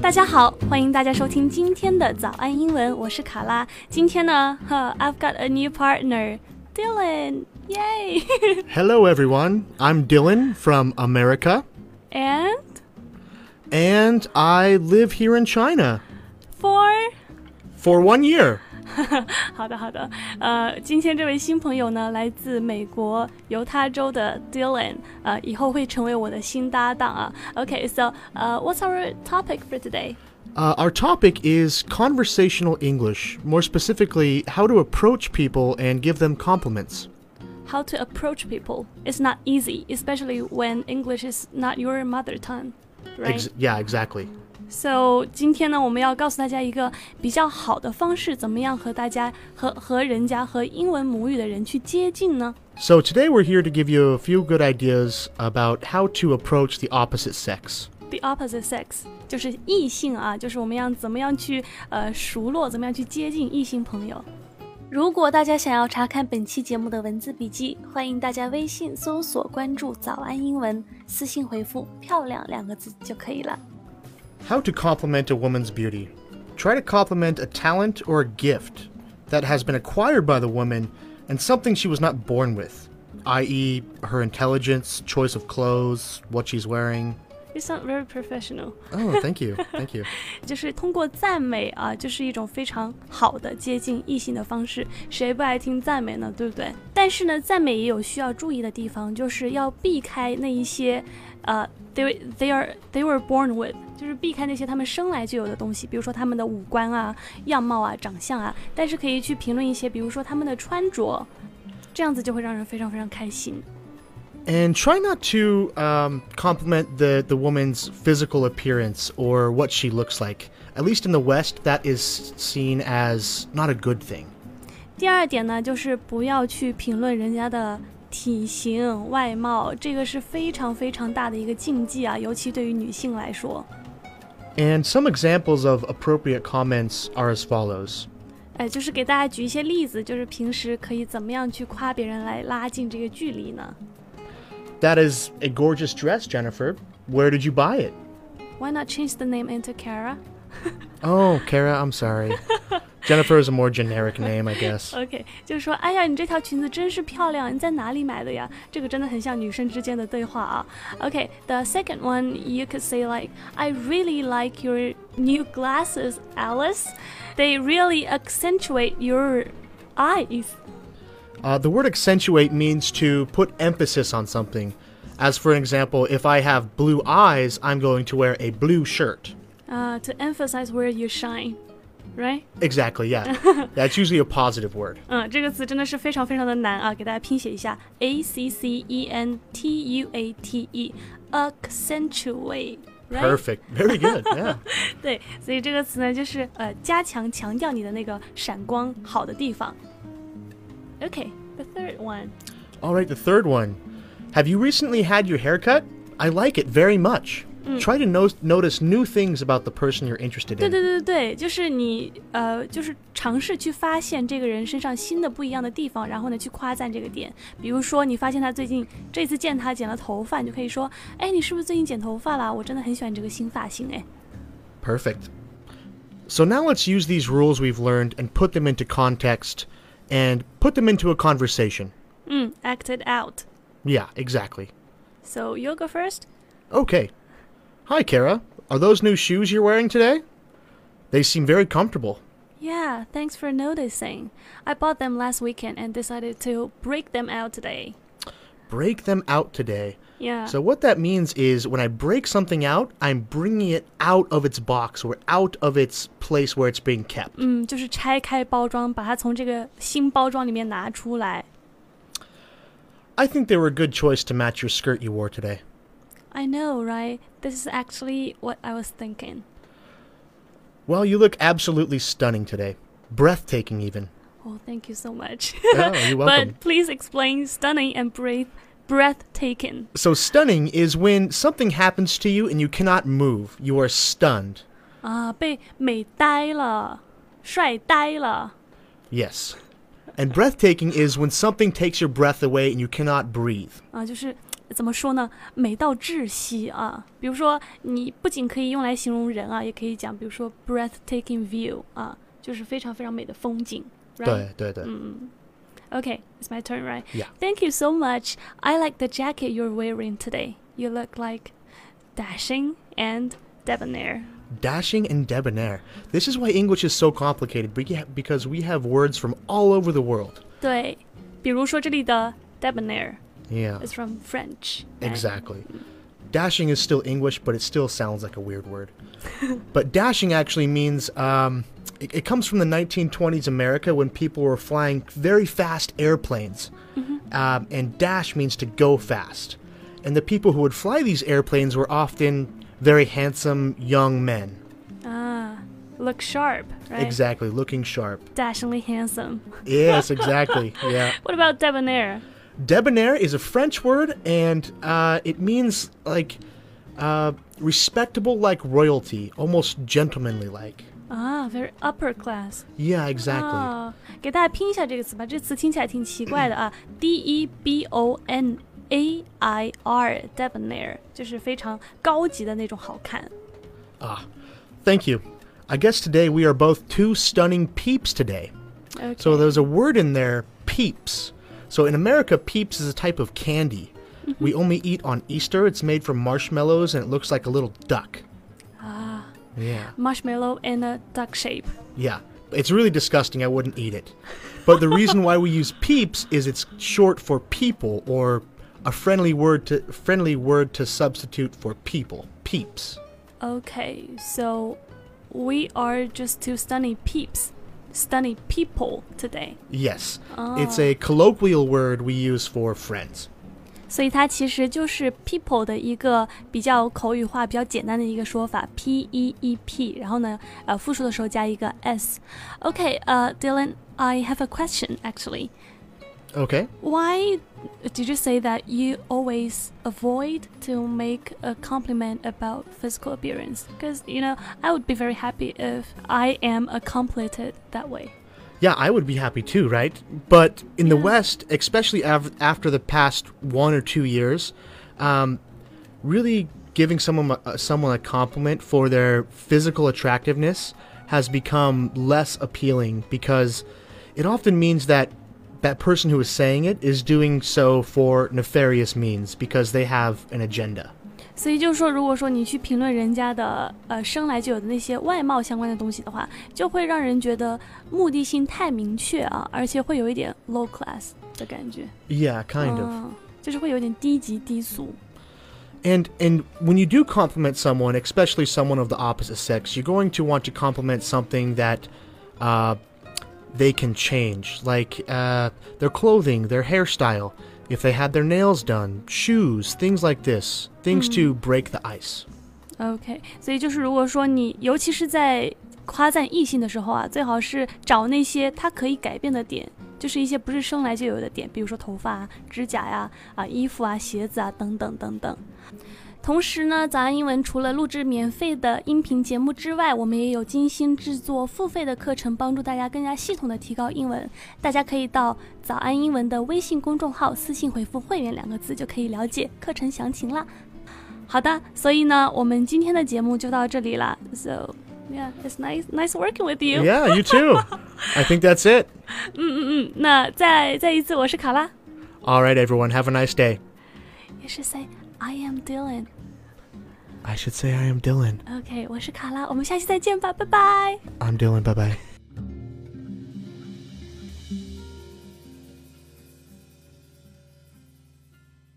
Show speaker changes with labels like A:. A: 大家好，欢迎大家收听今天的早安英文，我是卡拉。今天呢，哈，I've got a new partner, Dylan. Yay!
B: Hello, everyone. I'm Dylan from America,
A: And
B: and I live here in China
A: for
B: for one year.
A: 好的，好的。呃，今天这位新朋友呢，来自美国犹他州的 Dylan，呃，以后会成为我的新搭档啊。OK，so，、呃，what's uh, our topic for today？
B: Uh, our topic is conversational English, more specifically, how to approach people and give them compliments.
A: How to approach people is not easy, especially when English is not your mother tongue, right?
B: Ex- yeah, exactly.
A: So，今天呢，我们要告诉大家一个比较好的方式，怎么样和大家和和人家和英文母语的人去接近呢？
B: So, today we're here to give you a few good ideas about how to approach the opposite sex.
A: The opposite sex 就是异性啊，就是我们要怎么样去呃熟络，怎么样去接近异性朋友。如果大家想要查看本期节目的文字笔记，欢迎大家微信搜索关注“早安英文”，私信回复“漂亮”两个字就可以了。
B: How to compliment a woman's beauty. Try to compliment a talent or a gift that has been acquired by the woman and something she was not born with, i.e., her intelligence, choice of clothes, what she's wearing.
A: You sound very professional，
B: Oh, thank you. Thank you.
A: 就是通过赞美啊，就是一种非常好的接近异性的方式。谁不爱听赞美呢？对不对？但是呢，赞美也有需要注意的地方，就是要避开那一些，呃，they they are they were born with，就是避开那些他们生来就有的东西，比如说他们的五官啊、样貌啊、长相啊。但是可以去评论一些，比如说他们的穿着，这样子就会让人非常非常开心。
B: And try not to um, compliment the, the woman's physical appearance or what she looks like. At least in the West, that is seen as not a good thing.
A: 第二点呢，就是不要去评论人家的体型、外貌，这个是非常非常大的一个禁忌啊，尤其对于女性来说。
B: And some examples of appropriate comments are as follows.
A: 哎，就是给大家举一些例子，就是平时可以怎么样去夸别人来拉近这个距离呢
B: That is a gorgeous dress, Jennifer. Where did you buy it?
A: ？Why not change the name into Kara?
B: Oh, Kara, I'm sorry. Jennifer is a more generic name, I guess.
A: OK，就是说，哎呀，你这条裙子真是漂亮，你在哪里买的呀？这个真的很像女生之间的对话啊。OK，the、second one you could say like I really like your new glasses, Alice. They really accentuate your eyes.
B: Uh, the word accentuate means to put emphasis on something. As for an example, if I have blue eyes, I'm going to wear a blue shirt.
A: 啊、t o emphasize where you shine, right?
B: Exactly, yeah. That's usually a positive word.
A: 嗯，这个词真的是非常非常的难啊，给大家拼写一下：a c c e n t u a t e，accentuate。Right?
B: Perfect. Very good, yeah.
A: 对，所以这个词呢，就是呃，加强强调你的那个闪光好的地方。OK，the、third one，
B: All right, the third one. Have you recently had your haircut? I like it very much. Try to no- notice new things about the person you're interested
A: 对对
B: in.
A: 对对对，就是你呃，就是尝试去发现这个人身上新的不一样的地方，然后呢，去夸赞这个点。比如说，你发现他最近这次见他剪了头发，你就可以说，哎，你是不是最近剪头发了？我真的很喜欢你这个新发型，哎。
B: Perfect. So now let's use these rules we've learned and put them into context and put them into a conversation.
A: 嗯，acted out。
B: Yeah, exactly.
A: So you go first.
B: Okay. Hi, Kara. Are those new shoes you're wearing today? They seem very comfortable.
A: Yeah, thanks for noticing. I bought them last weekend and decided to break them out today.
B: Break them out today.
A: Yeah.
B: So, what that means is when I break something out, I'm bringing it out of its box or out of its place where it's being kept.
A: 嗯，就是拆开包装，把它从这个新包装里面拿出来。
B: I think they were a good choice to match your skirt you wore today.
A: I know, right? This is actually what I was thinking.
B: Well, you look absolutely stunning today. Breathtaking, even.
A: Oh, thank you so much.
B: Oh, you're welcome.
A: but please explain stunning and breath breathtaking.
B: So stunning is when something happens to you and you cannot move. You are stunned.
A: 啊，被美呆了，帅呆了。
B: Yes. And breathtaking is when something takes your breath away and you cannot breathe.
A: 啊，就是怎么说呢？美到窒息啊！比如说，你不仅可以用来形容人啊，也可以讲，比如说 breathtaking view 啊，就是非常非常美的风景。Right? Mm.
B: 对对对。
A: 嗯。Okay, Mm-hmm. it's my turn, right?
B: Yeah.
A: Thank you so much. I like the jacket you're wearing today. You look like dashing and debonair.
B: Dashing and debonair. This is why English is so complicated we ha- because we have words from all over the world.
A: 对，比如说这里的 debonair
B: Yeah,
A: is from French. right?
B: exactly. Dashing is still English, but it still sounds like a weird word. but dashing actually means um, it, it comes from the 1920s America when people were flying very fast airplanes. Um, and dash means to go fast. And the people who would fly these airplanes were often very handsome young men.
A: Ah, look sharp, right?
B: Exactly, looking sharp.
A: Dashingly handsome.
B: Yes, exactly. yeah.
A: What about debonair?
B: Debonair is a French word, and uh, it means like uh, respectable, like royalty, almost gentlemanly, like.
A: Ah, very upper class.
B: Oh, Yeah, exactly.
A: 哦，给大家拼一下这个词吧，这词听起来挺奇怪的啊，D E B O N A I R debonair 就是非常高级的那种好看。
B: Thank you. I guess today we are both two stunning peeps today.
A: Okay.
B: So there's a word in there, peeps. So in America, peeps is a type of candy. We only eat on Easter. It's made from marshmallows and it looks like a little duck. Ah. Yeah.
A: Marshmallow in a duck shape.
B: Yeah. It's really disgusting. I wouldn't eat it. But the reason why we use peeps is it's short for people or a friendly word to friendly word to substitute for people. Peeps.
A: Okay, so we are just two stunning peeps, stunning people today.
B: Yes. It's a colloquial word we use for friends.
A: 所以它其实就是 people 的一个比较口语化、比较简单的一个说法，p e e p，然后呢，呃，复数的时候加一个 s。OK，呃、d y l a n I have a question actually.
B: Okay.
A: Why did you say that you always avoid to make a compliment about physical appearance? Because you know, I would be very happy if I am complimented that way.
B: Yeah, I would be happy too, right? But in the
A: Yeah.
B: West, especially av- after the past one or two years, um, really giving someone uh, someone a compliment for their physical attractiveness has become less appealing because it often means that that person who is saying it is doing so for nefarious means because they have an agenda.
A: 所以就是说，如果说你去评论人家的呃生来就有的那些外貌相关的东西的话，就会让人觉得目的性太明确啊，而且会有一点 low class 的感觉，
B: Yeah, kind of.
A: 嗯，就是会有点低级低俗。
B: And and when you do compliment someone, especially someone of the opposite sex, you're going to want to compliment something that uh, they can change, like uh, their clothing, their hairstyle, if they had their nails done, shoes, things like this, things to break the ice.
A: OK，所以就是如果说你，尤其是在夸赞异性的时候啊，最好是找那些他可以改变的点，就是一些不是生来就有的点，比如说头发啊、指甲呀、啊、衣服啊、鞋子啊等等等等。同时呢，早安英文除了录制免费的音频节目之外，我们也有精心制作付费的课程，帮助大家更加系统的提高英文。大家可以到早安英文的微信公众号私信回复“会员”两个字，就可以了解课程详情啦。好的，所以呢，我们今天的节目就到这里啦。So yeah, it's nice, nice working with you.
B: Yeah, you too. I think that's it.
A: 嗯嗯，那再再一次，我是卡拉，
B: All right, everyone, have a nice day.
A: 也是 say I am Dylan.
B: I should say I am Dylan.
A: Uh. OK，我是卡拉，我们下期再见吧，拜拜。
B: I'm Dylan. Bye bye.